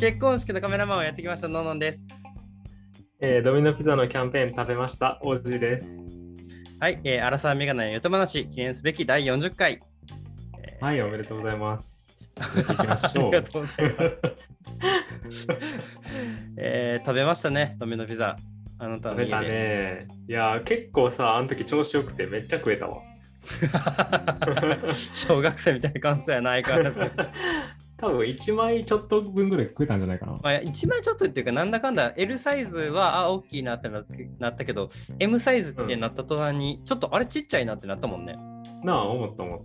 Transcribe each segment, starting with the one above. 結婚式のカメラマンをやってきましたのんのんです。えードミノピザのキャンペーン食べました。おじです。はい、えー、アラサーメガネのヨト話記念すべき第40回。はい、おめでとうございます。やっていきましょ あうりがとうございます。 えー食べましたね、ドミノピザ。あなた食の家べで。たね。いやー、結構さ、あの時調子よくてめっちゃ食えたわ。 小学生みたいな感想やな、相変わ らず。多分1枚ちょっと分ぐらい食えたんじゃないかな。まあ、1枚ちょっとっていうか、なんだかんだ L サイズはあ大きいなってなっなったけど、M サイズってなった途端に、ちょっとあれちっちゃいなってなったもんね。なあ、思った思っ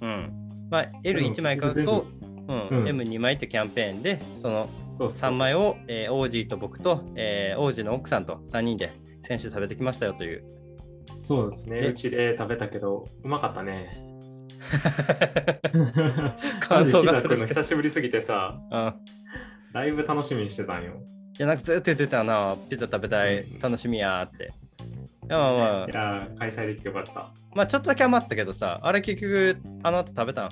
た。うん。まあ、L1 枚買うと、うんうん M2 枚ってキャンペーンで、そのそう3そう枚を、えー、王子と僕と、えー、王子の奥さんと3人で先週食べてきましたよと いう。そうですね。ねうちで食べたけど、うまかっ たね。感想がマジそでれピザ食うのし か。久しぶりすぎてさ、うん。だいぶ楽しみにしてたんよ。いや、なんかずっと言ってたな、ピザ食べたい、うん楽しみやーって。いやまあまあい、やー、開催できてよかった。まあちょっとだけ余ったけどさ、あれ結局、あの後食べたん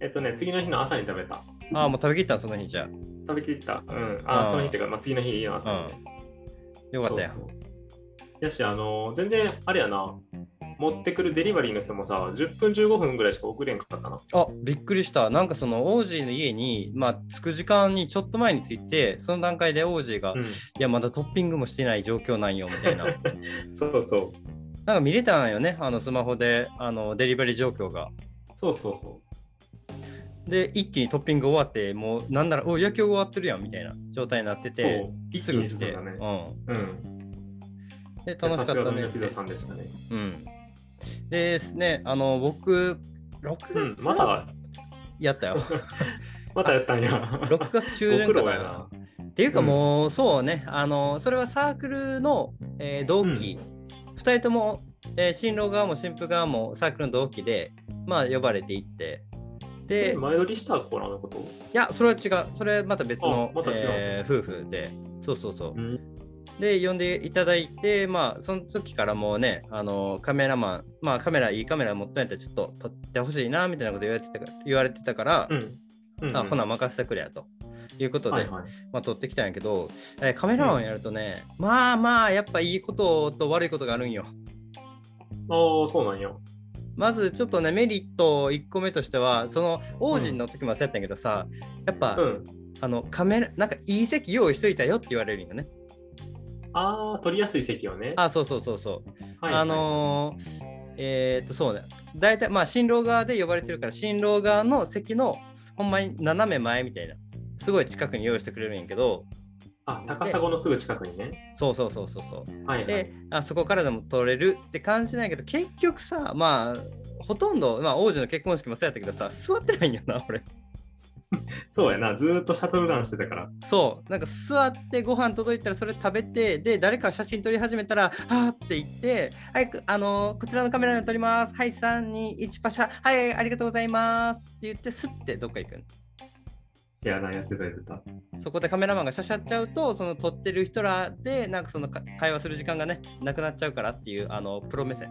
えっとね、次の日の朝に食べた。ああ、もう食べきったん、その日じゃ食べきった。うん。ああーー、その日っていうか、まあ、次の日の朝。あ。うん。よかったやん。そうそうやし、あの、全然、あれやな、持ってくるデリバリーの人もさ、10分15分ぐらいしか遅れんかったな。あびっくりした。なんかその王子の家に、まあ、着く時間にちょっと前に着いて、その段階で王子が、いうん。や、まだトッピングもしてない状況なんよみたいな。そうそう。なんか見れたんよね、あのスマホであのデリバリー状況が。そうそうそで、一気にトッピング終わって、もうなんなら、おい、野球終わってるやんみたいな状態になってう。そうて、。一す気ぐに来進て。んだね。ううん。ん、で、楽しかさすっがたのね。ピザさんでしたね。うん、ですね、あの、僕、うん6、月まだ、やったよ。 まだやったんや。 6月中ご苦旬か労なやな。っていうかうんもう、そうねあのそれはサークルの、えー同期、2人とも、えー新郎側も新婦側もサークルの同期でまあ呼ばれていってでで、前撮りした子らのこといやそれは違うそれまた別の、あまた違うえー夫婦でそうそうそううん。で呼んでいただいてまあその時からもうねあのカメラマンまあカメラいいカメラ持ってないとちょっと撮ってほしいなみたいなこと言われてたか言われてたから、うん。うんあほな、任せてくれやということで、はいはい。まあ、撮ってきたんやけど、えーカメラマンやるとね、まあまあやっぱいいことと悪いことがあるんよ。ああ、そうなんや。まずちょっとねメリット1個目としてはその王子の時もそうやったんやけどさ、やっぱ、うん。あのカメラなんかいい席用意しといたよって言われるんよね。ああ、取りやすい席をね。あそうそうそうそう。はいあのーえーっとそうね大体まあ新郎側で呼ばれてるから新郎側の席のほんまに斜め前みたいなすごい近くに用意してくれるんやけどあ、高砂のすぐ近くにね。そうそうそうそうそう。はいはい。であそこからでも取れるって感じないけど結局さまあほとんど、まあ、王子の結婚式もそうやったけどさ座ってないんよな俺そうやな、ずーっとシャトルランしてたから。そうなんか座ってご飯届いたらそれ食べてで誰か写真撮り始めたら「あー」って言って「はいくあのーこちらのカメラに撮りますはい321パシャはいありがとうございます」って言ってスッてどっか行くのいやな、やってたやってた。そこでカメラマンがシャシャっちゃうとその撮ってる人らでなんかそのか会話する時間がねなくなっちゃうからっていうあのプロ目線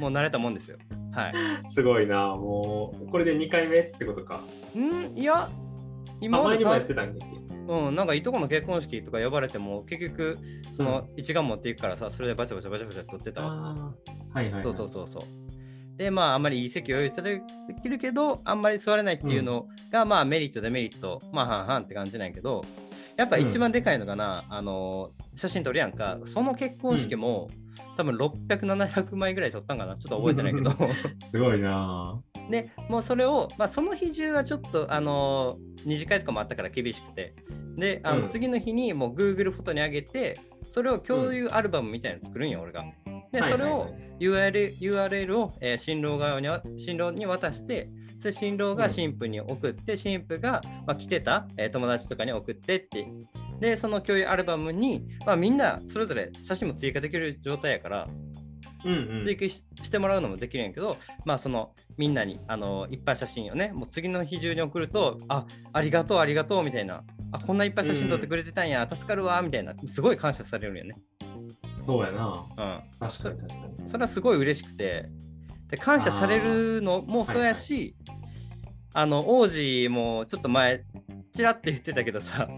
もう慣れたもんですよはいすごいな、もう、これで2回目ってことか。 んいやあ今ま前でにもやっさてたんだっけうん、なんかいとこの結婚式とか呼ばれても結局その一眼持っていくからさそれでバシャバシャバシャバシャ撮ってたわ、ああ、はいはい。そうそうそうそうでまああんまりいい席用意されてるけどあんまり座れないっていうのが、まあメリットデメリットまあ半々って感じなんやけどやっぱ一番でかいのかな、あの写真撮るやんかその結婚式も、多分600700枚ぐらい撮ったんかなちょっと覚えてないけどすごいな。でもうそれを、まあ、その日中はちょっと、あのー二次会とかもあったから厳しくてであうのん次の日にもう Google フォトに上げてそれを共有アルバムみたいなの作るんよ、俺が。ではいそはいれはいを URL, URL を、えー新郎側にわ新郎に渡してそれ新郎が新婦に送って、新婦が、まあ、来てた、えー友達とかに送ってってでその共有アルバムに、まあ、みんなそれぞれ写真も追加できる状態やから、うんう追ん。記ししてもらうのもできるんやけど、まあそのみんなにあのいっぱい写真をねもう次の日中に送るとあありがとうありがとうみたいなあこんないっぱい写真撮ってくれてたんや、助かるわみたいなすごい感謝されるよね、そうやな。うん、確かに確かに。それはすごい嬉しくてで感謝されるのもそうやしあ,、あの王子もちょっと前ちらって言ってたけどさ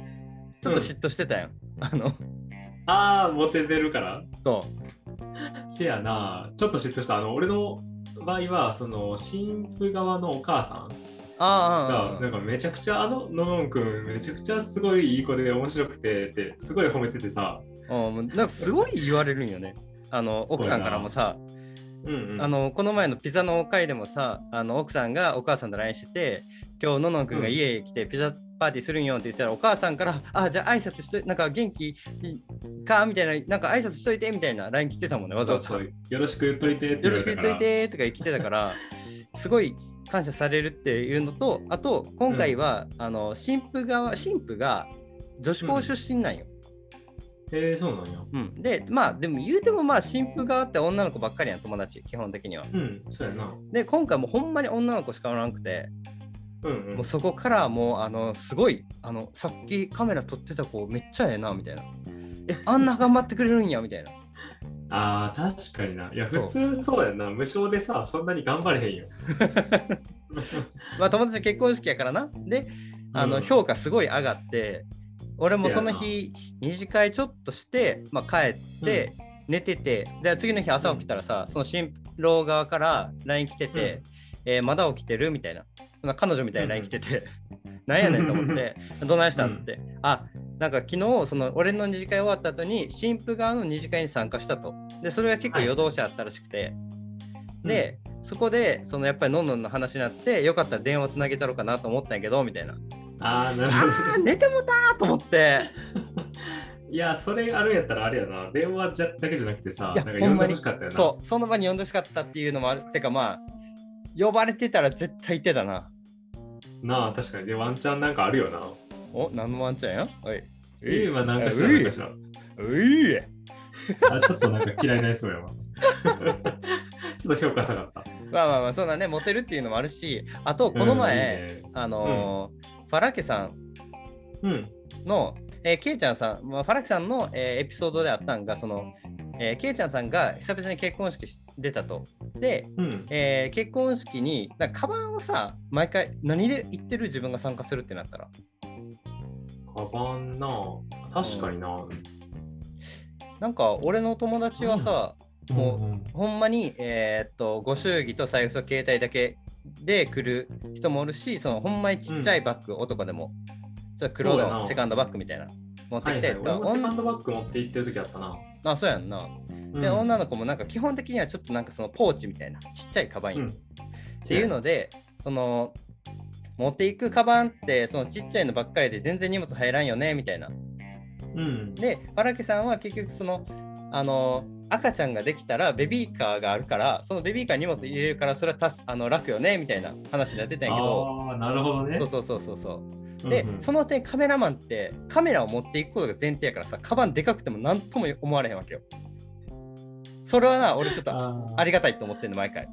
ちょっと嫉妬してたよ、あのああ、モテてるから。そせやな、ちょっと嫉妬した。あの、俺の場合は、その、新婦側のお母さんうあが、あなんかめちゃくちゃ、あの、ののんくん、めちゃくちゃすごいいい子で面白くて、って、すごい褒めててさ。うんうんうんなんかすごい言われるんよねあの奥さんからもさうん、うん。あのこの前のピザの会でもさあの奥さんがお母さんと LINE してて今日ののんくんがうん家へ来てピザパーティーするんよって言ったら、お母さんから「あじゃあ挨拶してなんか元気か?」みたいななんか挨拶しといてみたいな LINE 来てたもんねわざそわうざそうよろしく言っといてってよ言わろれしく言たかっらといてとか言ってたから、すごい感謝されるっていうのと、あと今回は、あの新婦側、新婦が女子校出身なんよ。えー、そうなんや。うんで、まあでも言うてもまあ新婦側って女の子ばっかりやん、友達、基本的には。うん、そうやな。で、今回もうほんまに女の子しかおらんくて、うんうんもう。そこからもうあのすごいあの、さっきカメラ撮ってた子めっちゃええなみたいな。え、あんな頑張ってくれるんやみたいな。ああ、確かにな。いや、そう普通そうやな。無償でさ、そんなに頑張れへんよ。まあ友達の結婚式やからな。で、あのうん評価すごい上がって、俺もその日二次会ちょっとして、まあ、帰って、寝ててで次の日朝起きたらさ、その新郎側から LINE 来てて、えーまだ起きてるみたいなそんな彼女みたいな LINE 来てて、 なんやねんと思ってどないしたんっつって、あなんか昨日その俺の二次会終わった後に新婦側の二次会に参加したとでそれが結構夜通しあったらしくて、で、そこでそのやっぱりのんのんの話になってよかったら電話つなげたろうかなと思ったんやけどみたい なああ、なる ほど。あー寝てもたーと思 っていや、それあるんやったらあれやな。電話じゃだけじゃなくてさ、いやなんかほ呼んんでまほにしかったよな。そうその場に呼んでほしかったっていうのもあるてかまあ呼ばれてたら絶対行ってたななあ、確かに。で、ワンチャンなんかあるよな。お何のワンちゃんやおいええ、まあなんかしういら、なんかしら。ういあちょっとなんか嫌いになりそう やわ。ちょっと評価下がった。まあまあまあそうだねモテるっていうのもあるしあとこの前、うんいいねあのーファラケさんうん。の、えーケイちゃんさん、まあ、ファラキさんの、えーエピソードであったんが、その、えーケイちゃんさんが久々に結婚式し出たと。で、うん。えー結婚式に、なんかカバンをさ、毎回何で行ってる自分が参加するってなったら。カバンなあ。確かにな。なんか俺の友達はさ、もううんほんまに、えーっと、ご祝儀と財布と携帯だけで来る人もおるし、そのほんまにちっちゃいバッグ、男でも、それ黒そうやのなセカンドバッグみたいな、持ってはきいたはやい、つ俺が、もセカン女ドバッグ持って行ってる時あったな。あ、そうやんな。うんで、女の子もなんか基本的にはちょっとなんかそのポーチみたいなちっちゃいカバンよ、うんっ。ていうのでその持っていくカバンってそのちっちゃいのばっかりで全然荷物入らんよねみたいなうん。で荒木さんは結局そのあの赤ちゃんができたらベビーカーがあるからそのベビーカーに荷物入れるからそれはたすあの楽よねみたいな話になってたんやけどああ、なるほどねそう。そうそうそうそううんで、うんその点カメラマンってカメラを持っていくことが前提やからさカバンでかくても何とも思われへんわけよそれはな俺ちょっとあーありがたいと思ってんの毎回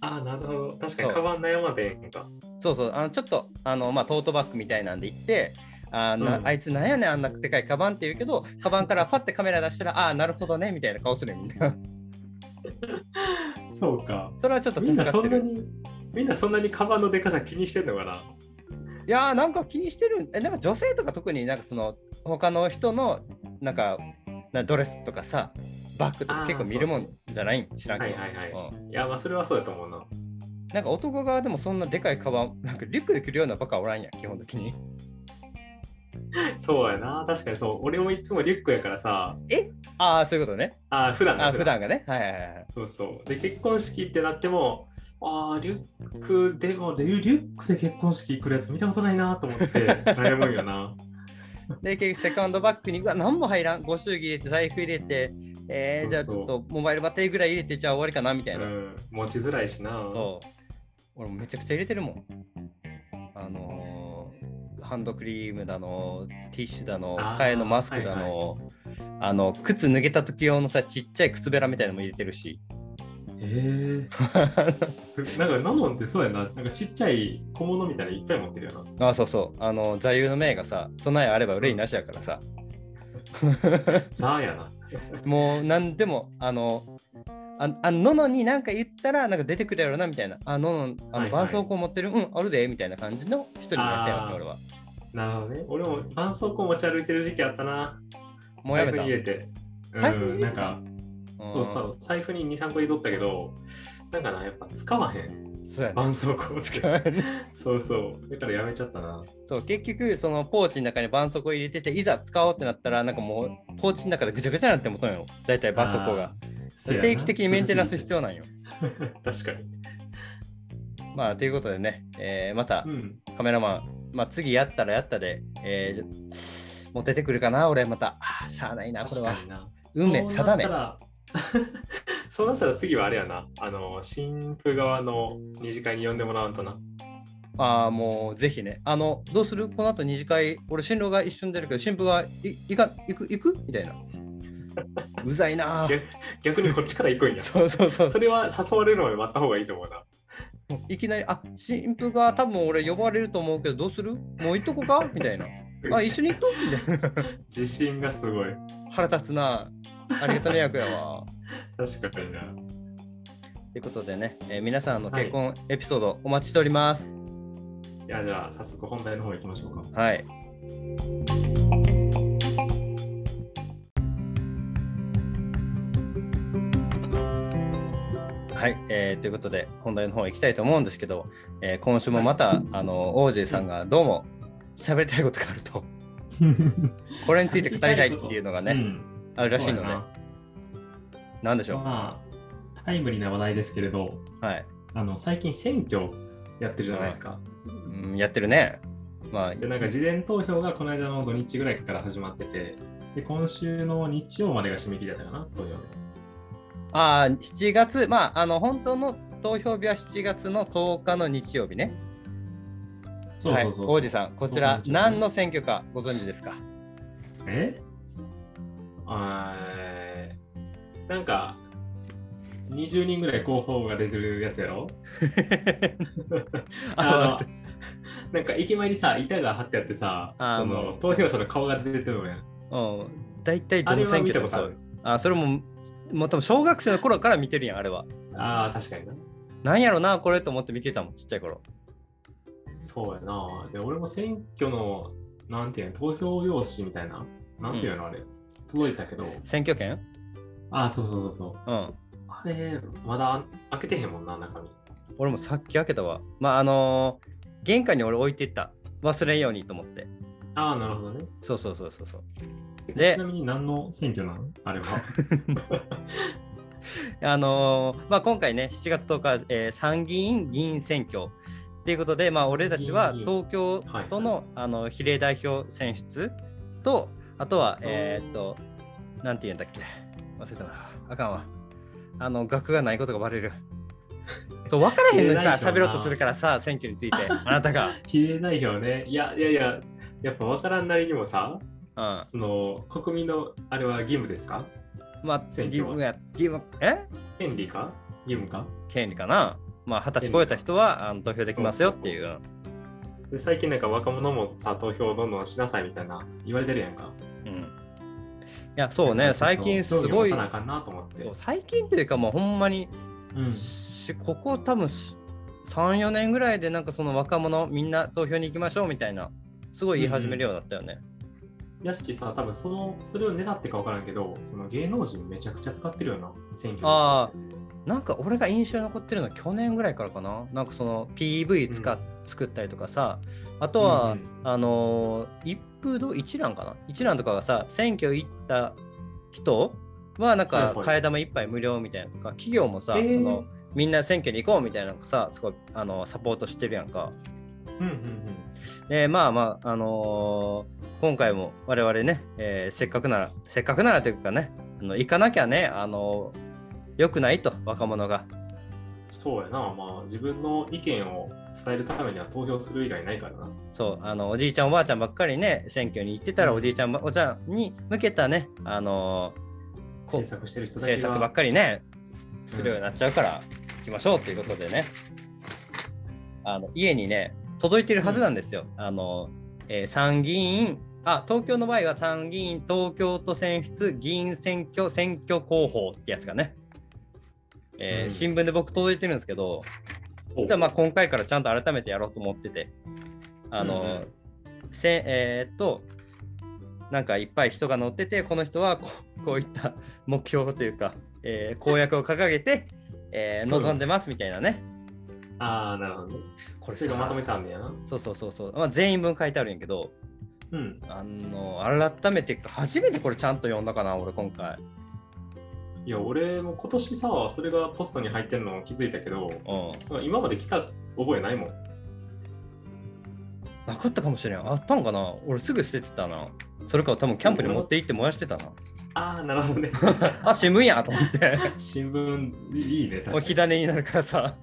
あー、なるほど。確かそうに、カバン悩までんか。そうそうあのちょっとあの、まあ、トートバッグみたいなんで行ってあーな、うんあいつなんやねんあんなでかいカバンって言うけどカバンからパッてカメラ出したらああーなるほどねみたいな顔するよみんな そうか。それはちょっとみん助なかってそんなるに、みんなそんなにカバンのでかさ気にしてんのかないやーなんか気にしてるえなんか女性とか特になんかその他の人のなんかなドレスとかさバッグとあかー結構見るもんじゃないん知らんけど、はいはいはうんいや、まあ、それはそうだと思うな。 なんか男側でもそんなでかいカバンなんかリュックで着るようなバカおらんやん基本的にそうやな。確かにそう。俺もいつもリュックやからさ、ああそういうことねあー普段あなー普段がねはいはいはいそうそう。で、結婚式ってなっても、ああ、リュックでも、でリュックで結婚式来るやつ見たことないなと 思って悩むんよな。で、結局セカンドバッグに、うわ、何も入らん、ご祝儀入れて、財布入れて、えー、じゃあちそうょそっうとモバイルバッテリーぐらい入れて、じゃあ終わりかなみたいうな。ん、持ちづらいしな。そう。俺もめちゃくちゃ入れてるもん。あのーハンドクリームだの、ティッシュだの、あー替えのマスクだの、あの、靴脱げた時用のさ、ちっちゃい靴べらみたいなのも入れてるし。えー、 なんか、ナモンってそうやな。なんかちっちゃい小物みたいなのいっぱい持ってるよな。あ、そうそう。あの、座右の銘がさ、備えあれば憂いなしやからさ、ザーやな。もう何でも、あの、ああののになんか言ったらなんか出てくるやろなみたいなあののあはいはのい絆創膏持ってる、うんあるでみたいな感じの人になりたいわあけー俺はなるほどね。俺も絆創膏持ち歩いてる時期あったな。もうやめ財布たに入れて。財布に入れてうんたなんか、そうそんう、財布に2、3個入れとったけど、なんかな、やっぱ使わへん。そうやね絆創膏つけ 使わへんそうそう。だからやめちゃったな。そう結局そのポーチの中に絆創膏入れてていざ使おうってなったらなんかもうポーチの中でぐちゃぐちゃになってもとんよ大体絆創膏がせやな。定期的にメンテナンス必要なんよ要。 確かに。まあということでね、えーまたうん。カメラマン、まあ、次やったらやったで、えーもう出てくるかな俺またあーしゃあないなこれ確かはにな。運命そう定なっめたら そうなったら次はあれやな。あの、新婦側の二次会に呼んでもらうとな。ああもうぜひねあのどうするこの後二次会俺新郎が一緒に出るけど新婦がいいか行く行くみたいなうざいなー逆にこっちから行くん や。そうそうそうそれは誘われるのを待った方がいいと思うな。もういきなり、あ新婦が多分俺呼ばれると思うけど、どうするもう行っとこかみたいな。あ、一緒に行くみたいな。自信がすごい。腹立つな。ありがた迷惑や わ。確かにな。ということでね、えー皆さんあのはい結婚エピソードお待ちしております。いや、じゃあ早速本題の方行きましょうか。はい。はい、えーということで本題の方行きたいと思うんですけど、えー今週もまたあの OJ さんがどうも喋りたいことがあると。これについて語りたいっていうの がね、うんあるらしいので、そうやなんでしなょまあ、タイムリーな話題ですけれど、う。はい、あの最近選挙やってるじゃないですか。うん。やってるね。まあ、で、なんか事前投票がこの間の土日ぐらいから始まってて、で今週の日曜までが締め切りだったかな、投票あー7月、まあ、あの、本当の投票日は7月の10日の日曜日ね。そうそうそう。はい、王子さん、こちら、そう何の選挙かご存知ですかえあーなんか、20人ぐらい候補が出てるやつやろああのなんか駅前にさ、板が張ってあってさ、あーそものう投票者の顔が出てるのやん。うん。大体あどれのは選見挙たでもそうことある。。あ、それも、もう多分小学生の頃から見てるやん、あれは。ああ、確かにな。なんやろな、これと思って見てたもん、ちっちゃい頃。そうやな。で、俺も選挙の、なんていうの、投票用紙みたいな、なんていうの、あれ、届いたけど、選挙権ああ、そうそうそうそう。うん。あれ、まだ開けてへんもんな、中身。俺もさっき開けたわ。まああのー玄関に俺置いてった。忘れんようにと思って。ああ、なるほどね。そうそうそうそうそう。ちでな、みに何の選挙なのあれは。あのーまあ、今回ね、7月10日、えー参議院議員選挙っていうことで、まあ、俺たちは参議院議東京都の,、はあの比例代表選出と、あとは、ーえーっと、なんて言うんだっけ、忘れたな。あかんわ。あの、額がないことがバ レる。そう、分からへんのにさ、比例代表喋ろなうとするからさ、選挙に ついて、あなたが。比例代表ね。いやいやいや、やっぱ分からんなりにもさ、うんその国民のあれは義務ですかまあ、選義挙は務や、義務、え権利か義務か権利かな。まあ、二十歳超えた人はあの投票できますよっていう。で最近なんか若者もさ、投票をどんどんしなさいみたいな言われてるやんか。うん。いや、そうね、最近すごい興味を持た、なあかんなと思って。最近というか、もうほんまに、うんしここ多分し3、4年ぐらいで、なんかその若者、みんな投票に行きましょうみたいな、すごい言い始めるようになったよね。屋敷さ、多分そのそれを狙ってか分からんけど、その芸能人めちゃくちゃ使ってるよな、選挙あーなんか俺が印象に残ってるのは去年ぐらいからかな。なんかその PV 使っ、う作ったりとかさ、あとは、うんうんあのー一風堂一蘭かな一蘭とかがさ、選挙行った人はなんはいかはい替え玉一杯無料みたいなとか、企業もさ、えーそのみんな選挙に行こうみたいなのさ、すごいあのサポートしてるやんか。うんうんうん。で、まあまあ、あのー今回も我々ね、えーせっかくなら、せっかくならというかね、あの行かなきゃね、あのー良くないと、若者が。そうやな、まあ自分の意見を伝えるためには投票する以外ないからな。そうあのおじいちゃんおばあちゃんばっかりね選挙に行ってたらおじいちゃんばおちゃんに向けたねあのーこ制作してる人だけ政が策ばっかりねするようになっちゃうから行きましょうということでね、あの家にね届いてるはずなんですよ、あの、えー参議院あ東京の場合は参議院東京都選出議員選挙選挙広報ってやつがねえーうん新聞で僕届いてるんですけど、おじゃあまあ今回からちゃんと改めてやろうと思ってて、あの、せえーっと、なんかいっぱい人が乗ってて、この人はここうい った目標というか、えー公約を掲げて、えー望んでますみたいなね。ああ、なるほどね。これそされがまとめたんだよな。そうそうそうそう、まあ、全員分書いてあるんやけど、うん。あの改めて初めてこれちゃんと読んだかな、俺今回。いや、俺も今年さ、それがポストに入ってるの気づいたけど、うん、今まで来た覚えないもん。なかったかもしれん。あったんかな俺すぐ捨ててたな。それか多分キャンプに持って行って燃やしてたな。ああ、なるほどね。あ、新聞やと思って。 新聞いいね、お確か火に。種になるからさ。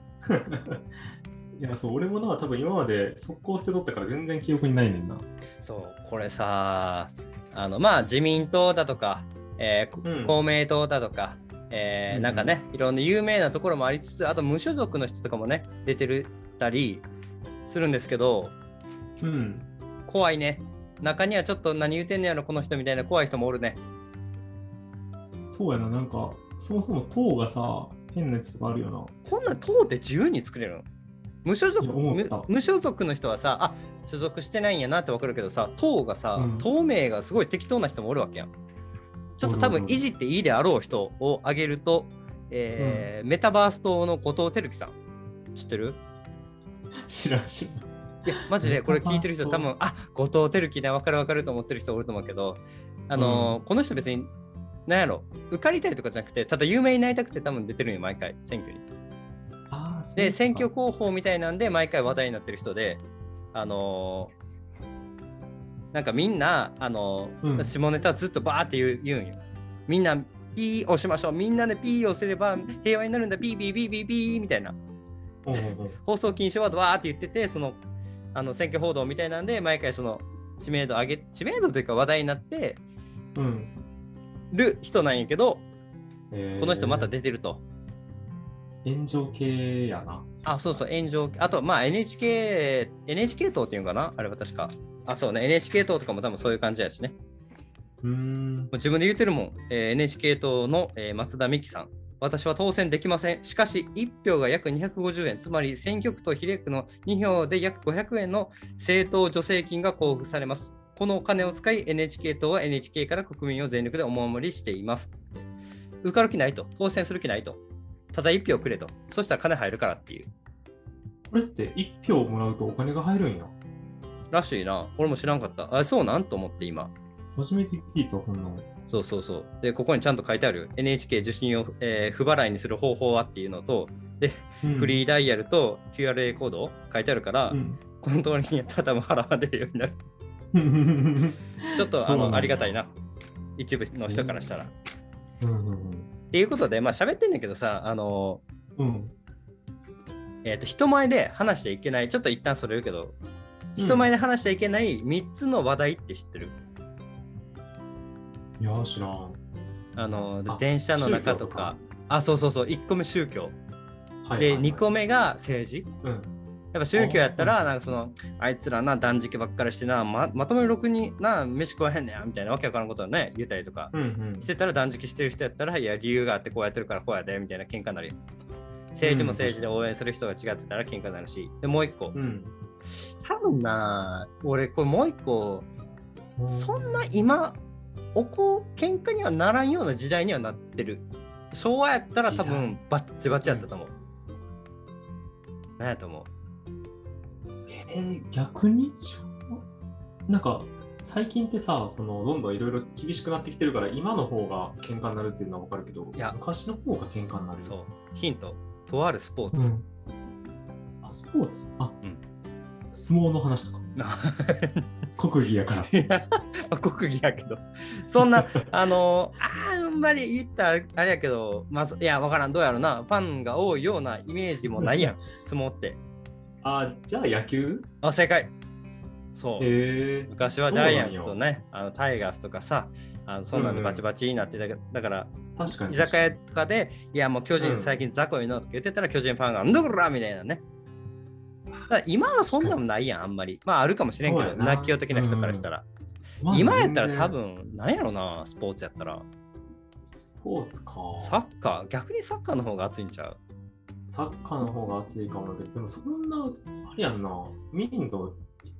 いや、そう、俺もな、多分今まで速攻捨てとったから全然記憶にないねんな。そう、これさ、あの、まあ、自民党だとか、えーこうん公明党だとか、えーうんなんかね、いろんな有名なところもありつつ、あと無所属の人とかもね、出てるたりするんですけど、うん。怖いね。中にはちょっと何言うてんねやろ、この人みたいな怖い人もおるね。そうやな、なんか、そもそも党がさ、変なやつとかあるよな。 こんなん党って自由に作れるの無所属いや思った無無所属の人はさあ所属してないんやなって分かるけどさ党がさ、うん党名がすごい適当な人もおるわけやんちょっと多おるおる分いじっていいであろう人を挙げると、えーメタバース党の後藤輝樹さん知ってる知らん、知らん。いやマジでこれ聞いてる人メ多タバ分あ後藤輝樹ね分かる分かると思ってる人おると思うけどあのーこの人別になんやろ受かりたいとかじゃなくてただ有名になりたくて多分出てるんよ毎回選挙に。ああ、そうでか選挙広報みたいなんで毎回話題になってる人であのーなんかみんな、あのーうん下ネタずっとバーって言う言うんよみんなピーをしましょうみんなでピーをすれば平和になるんだピーピーピーピーピーみたいなうんうんうん放送禁止ワードわーって言っててそのあの選挙報道みたいなんで毎回その知名度上げ知名度というか話題になってうんる人なんやけどえ ーこの人また出てると、炎上系やな。あ、そうそう、炎上。あと、まあ、NHK、NHK 党っていうのかなあれは確か。あ、そうね、NHK 党とかも多分そういう感じやしね。もうーん。う自分で言ってるもん、えー NHK 党の、えー松田美樹さん。私は当選できません。しかし、1票が約250円、つまり選挙区と比例区の2票で約500円の政党助成金が交付されます。このお金を使い、NHK 党は NHK から国民を全力でお守りしています。受かる気ないと、当選する気ないと、ただ1票くれと、そしたら金入るからっていう。これって1票もらうとお金が入るんや。らしいな。俺も知らんかった。あ、そうなんと思って今。初めて聞いた、そんなの。そうそうそう。で、ここにちゃんと書いてあるよ。NHK 受信を、えー不払いにする方法はっていうのと、うんフリーダイヤルと QRA コード書いてあるから、うんこの通りにやったら多分払われるようにな る。うんちょっとそあうなんのだありがたいな。一部の人からしたら。うんっていうことで、まあ喋ってんだけどさ、あの、うん。えっ、と、人前で話してはいけない、ちょっと一旦それるけど、うん人前で話してはいけない3つの話題って知ってる。いやー、知らん。あのあ、電車の中とか。あ、そうそうそう、1個目宗教。はいはいで、はい2個目が政治。うん。やっぱ宗教やったら、なんかその、あいつらな、断食ばっかりしてな、ままとめろくにな、飯食わへんねや、みたいなわけわからんことをね、言ったりとか。うんうんしてたら断食してる人やったら、いや、理由があってこうやってるからこうやで、みたいな喧嘩になるよ。政治も政治で応援する人が違ってたら喧嘩になるし。で、もう一個う。ん。多分な、俺、これもう一個、うんそんな今、おこう、喧嘩にはならんような時代にはなってる。昭和やったら多分、バッチバチやったと思う。なんやと思うえー逆にしょなんか、最近ってさ、そのどんどんいろいろ厳しくなってきてるから、今の方が喧嘩になるっていうのはわかるけど、いや昔の方が喧嘩になるよ。そう。ヒント。とあるスポーツ。うんあ、スポーツあ、うん相撲の話とな か。国技やから。いやまあ国技やけど。そんな、あのー、あーあんまり言ったらあれやけど、まあそ、いや、わからん。どうやろな。ファンが多いようなイメージもないやん。相撲って。あ、じゃあ野球あ、正解。そう。へえ昔はジャイアンツとね、あのタイガースとかさ、あのそんなんでバチバチになってたけど、だから、確かに。居酒屋とかで、いや、もう巨人最近雑魚いのとか言ってたら、巨人ファンが、んだこらみたいなね。だから今はそんなんないやん、あんまり。まあ、あるかもしれんけそうど、やな熱狂的な人からしたら。まあ今やったら多。全然分、なんやろな、スポーツやったら。スポーツか。サッカー逆にサッカーの方が熱いんちゃうサッカーの方が熱いかもだけど、でもそんな、あれやんな、民度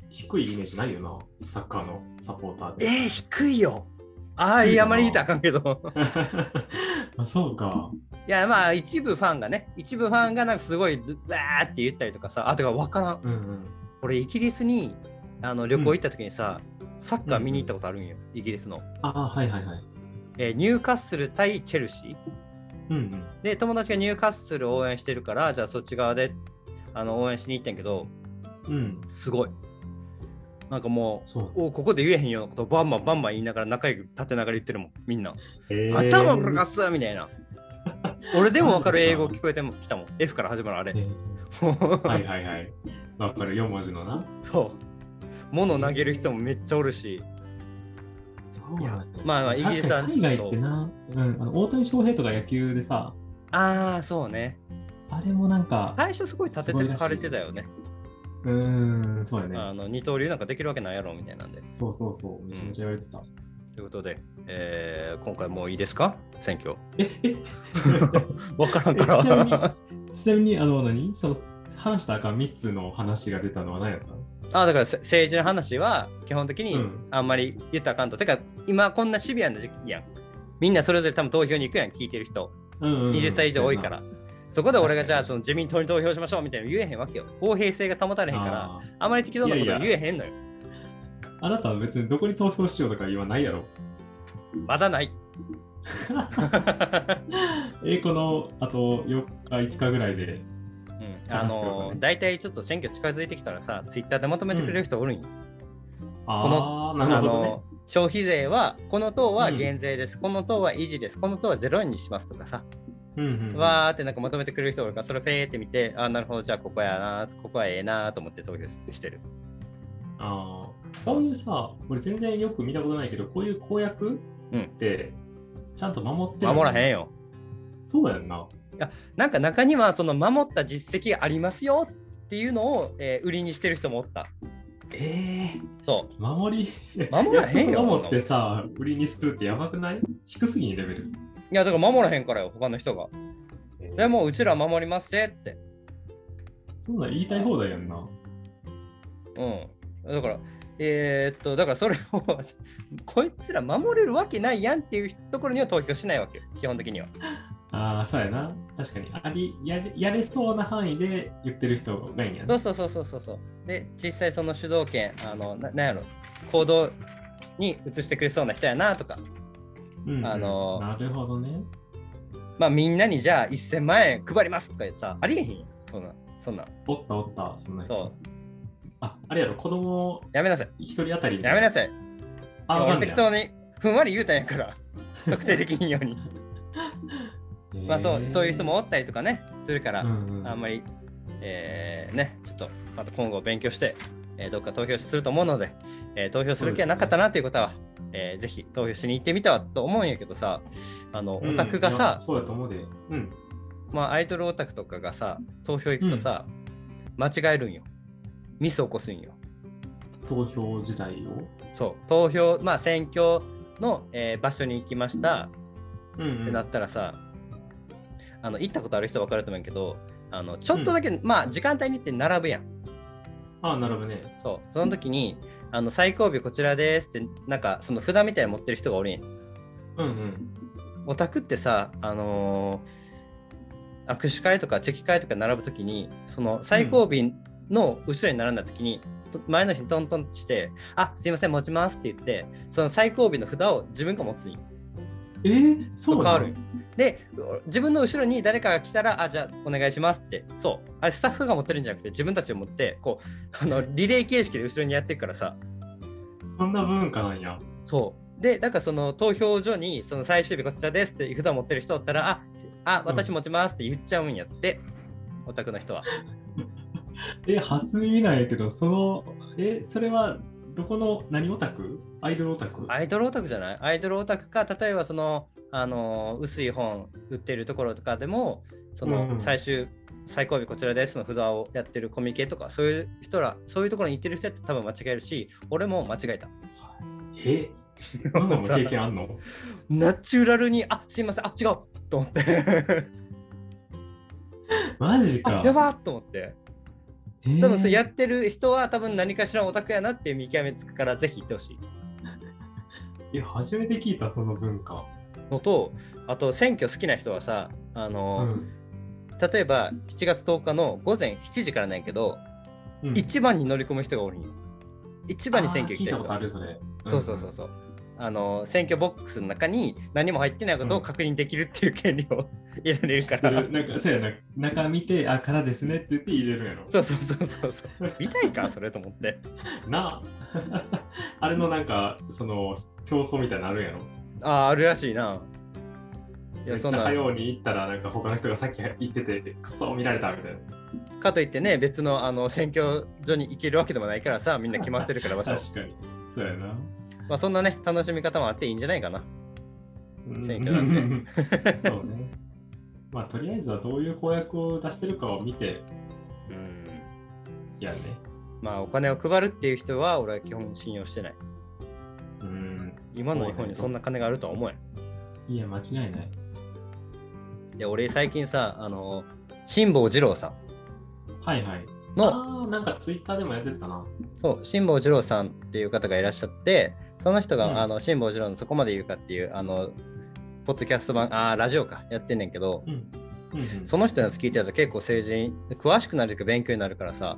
低いイメージないよな、サッカーのサポーターで。えー、低いよああ、低いいよなや、あまり言いたらあかんけど。 あそうか。いや、まあ、一部ファンがね、一部ファンがなんかすごい、うわーって言ったりとかさ、あ、てか分からん。うんうん。俺、イギリスにあの旅行行った時にさ、サッカー見に行ったことあるんよ、イギリスの。あはいはいはい。えーニューカッスル対チェルシー。うんうん。で、友達がニューカッスルを応援してるから、じゃあそっち側であの応援しに行ったんやけど、うん、すごい。なんかもそうう、おここで言えへんようなことをバンバンバンバン言いながら仲良く立てながら言ってるもん、みんな。頭をかすみたいな。俺でも分かる英語聞こえてもきたもん。F から始まるあれえ。ーはいはいはい。わかる、4文字のな。 そう。物投げる人もめっちゃおるし。そういやなんだよまあまあイギリスは確かに海外ってな、うん、あの大谷翔平とか野球でさ、ああ、そうね。あれもなんか、最初すごい立ててかれてたよね。うーん、そうやね。あの二刀流なんかできるわけないやろみたいなんで。そうそうそう、めちゃめちゃ言われてた。ということで、えー今回もういいですか選挙。え、え、 わからんえちなみに から。ちなみに、あの、何その、話したあかん3つの話が出たのは何やったのあだからせ政治の話は基本的にうんあんまり言ったらあかんと。てか今こんなシビアな時期やん。みんなそれぞれ多分投票に行くやん、聞いてる人。うんうんうん20歳以上多いから。。そこで俺がじゃあ確その自民党に投票しましょうみたいなの言えへんわけよ。公平性が保たれへんから、ああーまり適当なこと言えへんのよ。あなたは別にどこに投票しようとか言わないやろ。 まだない。え、このあと4日、5日ぐらいで。うん、そうあのー大体ちょっと選挙近づいてきたらさ、ツイッターでまとめてくれる人おるんよ。あこのあー、なるあほど、ねの。ー消費税はこの党はうん減税です、この党は維持です、この党は0円にしますとかさ、うんうんうんわーってなんかまとめてくれる人おるから、それペーって見て、あーなるほど、じゃあここやな、ここはええなと思って投票してる。あーこういうさ、俺全然よく見たことないけど、こういう公約うんって、ちゃんと守ってる、守らへんん。よ。そうやんな。なんか中にはその守った実績ありますよっていうのを、えー売りにしてる人もおった。ええそ守り、う。守らへんよ。約束こん守なっもんていさ、売りにするってやばくない低すぎんレベル。やだから守らへんからよ、他の人が。でもうちら守りますぜって。そんなん言いたい放題やんな。うん。だから、えーっと、だからそれを、 こいつら守れるわけないやんっていうところには投票しないわけよ、基本的には。ああ、そうやな。確かに。ありやれやれそうな範囲で言ってる人がいいんやそな。うそうそうそうそうそう。で、実際その主導権、あの、ななんやろ、行動に移してくれそうな人やなとか、うんうんあのなるほどね。まあみんなにじゃあ1000万円配りますとか言ってさ、ありえへんよ、そんな、そんな。おったおった、そんな人。そう。あ、あれやろ、子供やめなさい。一人当たり。やめなさい。さい。あ、わ俺かんね適当にふんわり言うたんや から、特定できんように。やまあそう、そういう人。 へもおったりとかね、するから、ーうんうん、あんまり、えーね、ちょっとまた今後勉強して、えーどっか投票すると思うので、えー投票する気はなかったなという方は、えーぜひ投票しに行ってみたらと思うんやけどさ、あの、オタクがうんいさや、そうだと思うで。うん。まあ、アイドルオタクとかがさ、投票行くとさ、間違えるんよ。ミス起こすんよ。投票自体を。そう、投票、まあ、選挙の、えー場所に行きましたうん、ってなったらさ、あの行ったことある人分かると思うんやけど、あのちょっとだけ、まあ時間帯に行って並ぶやん。あ、なるほどね。そう、その時に、あの最後尾こちらですって、なんかその札みたいに持ってる人がおるんやうんうん。オタクってさ、あのー握手会とかチェキ会とか並ぶ時に、その最後尾の後ろに並んだ時に、と前の人にトントンってして、あすいません、持ちますって言って、その最後尾の札を自分が持つんよえー、そうなの変わるんよで、自分の後ろに誰かが来たら、あ、じゃあお願いしますって、そう、あれスタッフが持ってるんじゃなくて、自分たちを持って、こう、あのリレー形式で後ろにやってるからさ、そんな文化なんや。そう。で、なんかその投票所にその最終日こちらですって札を持ってる人おったら、あ、あ私持ちますって言っちゃうんやって、オタクの人は。え、初耳なんやけど、その、え、それは、どこの、何オタクアイドルオタクアイドルオタクじゃないアイドルオタクか、例えばその、あのー薄い本売ってるところとかでも、そうんうのん最終、最後尾こちらですの札をやってるコミケとか、そういう人ら、そういうところに行ってる人って多分間違えるし、俺も間違えた。えどんなの経験 あんのナチュラルに、あすいません、あ違うと思って、マジ あか。やばっと思って、えー多分それやってる人は、多分何かしらオタクやなっていう見極めつくから、ぜひ行ってほしいいや、初めて聞いた、その文化。のと、あと、選挙好きな人はさ、あうのん。例えば7月10日の午前7時からなんやけど、うん一番に乗り込む人がおるんよ。一番に選挙あ行ー聞いきたいたこ人とある、それ。そうそうそうそう。あの選挙ボックスの中に何も入ってないことを確認できるっていう権利を 得られる知かってらる。なんか、そうやな、中見て、あ、からですねって言って入れるんやろ。そうそうそうそうそう。見たいかそれと思って。な あ。あれのなんか、その、競争みたいなのあるんやろ。あああるらしいな。いめやっちそゃんな早うに行ったら、なんか他の人がさっき行ってて、くそ見られたみたいな。かといってね別のあの選挙所に行けるわけでもないからさみんな決まってるから場所、 確かに。そうやな。まあ、そんなね楽しみ方もあっていいんじゃないかな。うん選挙なん そうね。まあ、とりあえずはどういう公約を出してるかを見てうんやるね。まあお金を配るっていう人は俺は基本信用してない。うん。今の日本にそんな金があるとは思えん。いや、間違いない。で俺最近さあの辛坊二郎さはいはい。んのああ、なんかツイッターでもやってたな。そう辛坊二郎さんっていう方がいらっしゃってその人が、うんあの辛坊二郎のそこまで言うかっていうあのポッドキャスト版あーラジオかやってんねんけど、うん。うんうん、その人のやつ聞いてたら結構政治に詳しくなるというか勉強になるからさ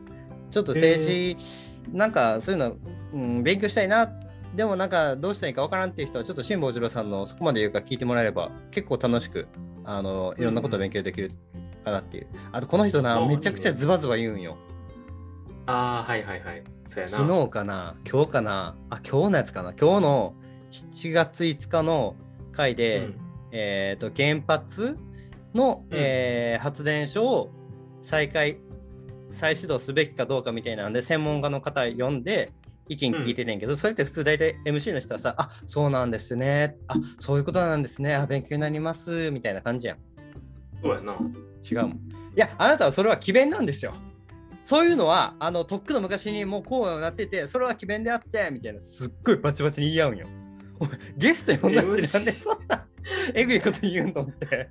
ちょっと政治、なんかそういうの、うん、勉強したいなでもなんかどうしたらいいかわからんっていう人はちょっと辛坊二郎さんのそこまで言うか聞いてもらえれば結構楽しくあのいろんなことを勉強できるかなっていう、あとこの人なあめちゃくちゃズバズバ言うんよ。ああ、はいはいはい。そうやな。昨日かな今日かなあ今日のやつかな今日の7月5日の回で、えー、と原発の、えー発電所を再開再始動すべきかどうかみたいなんで専門家の方呼んで意見聞いててんけど、それって普通大体 MC の人はさ「あそうなんですね」「あそういうことなんですね」あ「勉強になります」みたいな感じやんうん、そうやな。違うもんいやあなたはそれは詭弁なんですよそういうのはあのとっくの昔にもうこうなっててそれは詭弁であってみたいなすっごいバチバチに言い合うんよお前ゲスト呼んだってなんで MC そんなえぐいこと言うんと思って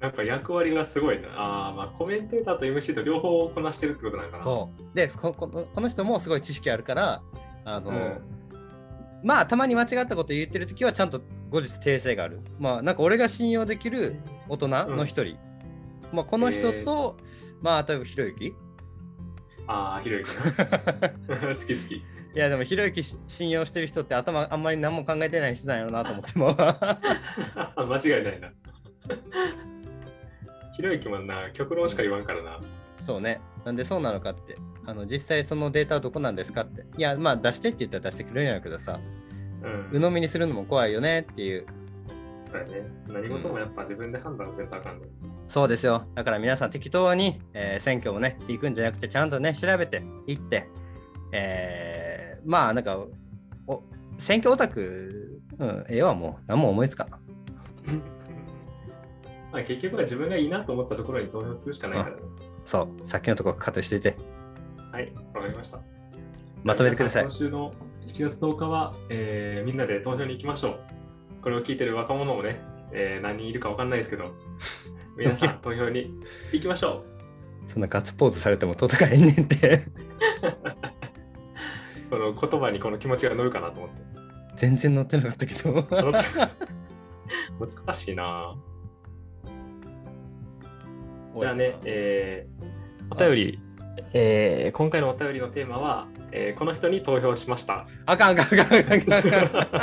なんか役割がすごいな。ああ、まあコメンテーターと MC と両方こなしてるってことなんかな。そうでここのこの人もすごい知識あるからあの、うんまあたまに間違ったこと言ってる時はちゃんと後日訂正があるまあなんか俺が信用できる大人の一人、まあこの人と、まあ例えばひろゆきいああ、ひろゆきな。 好き好き。 やでもひろゆきし信用してる人って頭あんまり何も考えてない人なんやろうなと思って も間違いない な。ひろゆきもな、極論しか言わんからな。そうねなんでそうなのかってあの実際そのデータはどこなんですかっていやまあ出してって言ったら出してくれるんやろうけどさうん。鵜呑みにするのも怖いよねっていうそうやね。何事もやっぱ自分で判断せんとあかんね。そうですよ。だから皆さん適当に、えー選挙もね、行くんじゃなくて、ちゃんとね、調べて行って、えーまあなんか、お選挙オタク、うん、ええわ、もう、何も思いつかん。まあ結局は自分がいいなと思ったところに投票するしかないからね。そう、さっきのとこカットしていて、はい、わかりました。まとめてください皆。ん今週の7月10日は、えーみんなで投票に行きましょう。これを聞いてる若者もね、えー何人いるかわかんないです けど、皆さん投票に行きましょそんなガッツポーズされても届かへんねんって、 う。この言葉にこの気持ちが乗るかなと思って。 全然乗ってなかったけど。難しいなじゃあね、えーお便り、えー今回のお便りのテーマは、えーこの人に投票しました。あかんあかんあかんあかんあかんあかん。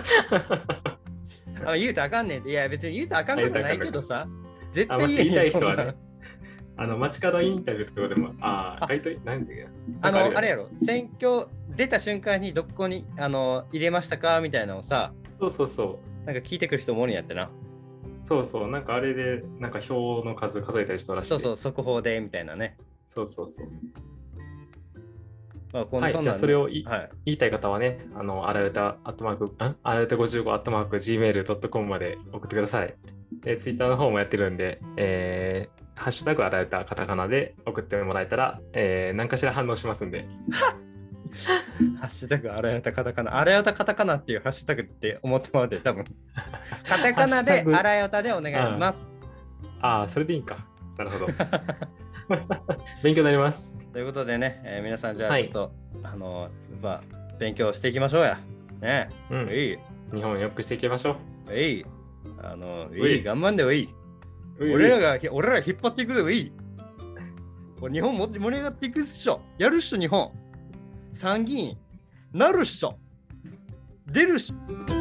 ああ言うとあかんねんって、いや、別に言うとあかんことないけどさ、絶対もし言え言いたへいんそ人んはなね、 あの街角インタビューってことでも、ああ、あ街頭イン、なんであわかるの、よあれやろ、選挙出た瞬間にどこにあの入れましたかみたいなのをさ、そうそうそう。なんか聞いてくる人もおるんやってな。そうそう、なんかあれで、なんか票の数数えたりしたらしい。そうそう、速報でみたいなね。そうそうそう。まあ、こんはい、そんじなゃあんそれをいはい。言いたい方はね、あの、あらうた、アットマーク、んあらうた55、アットマーク、gmail.com まで送ってください。え、ツイッターの方もやってるんで、えーハッシュタグあらうた、カタカナで送ってもらえたら、えー何かしら反応しますんで。ハッシュタグあらやたカタカナ。あらやたカタカナっていうハッシュタグって思ったままで多 分。カタカナハッシでュタグあらやたでお願いします。ああ、それでいいんか。な るほど。勉強になります。ということでね、えー皆さんじゃあはちいょっと、あのーまあ、勉強していきましょうや。ねう。え。うんい、日本を良くしていきましょうい。あのー、ういいい、頑張んでよいい。う。俺らが、俺ら引っ張っていくでもいい。これ日本も盛り上がっていくっしょ。やるっしょ、日本。参議院。なるっしょ。出るっしょ。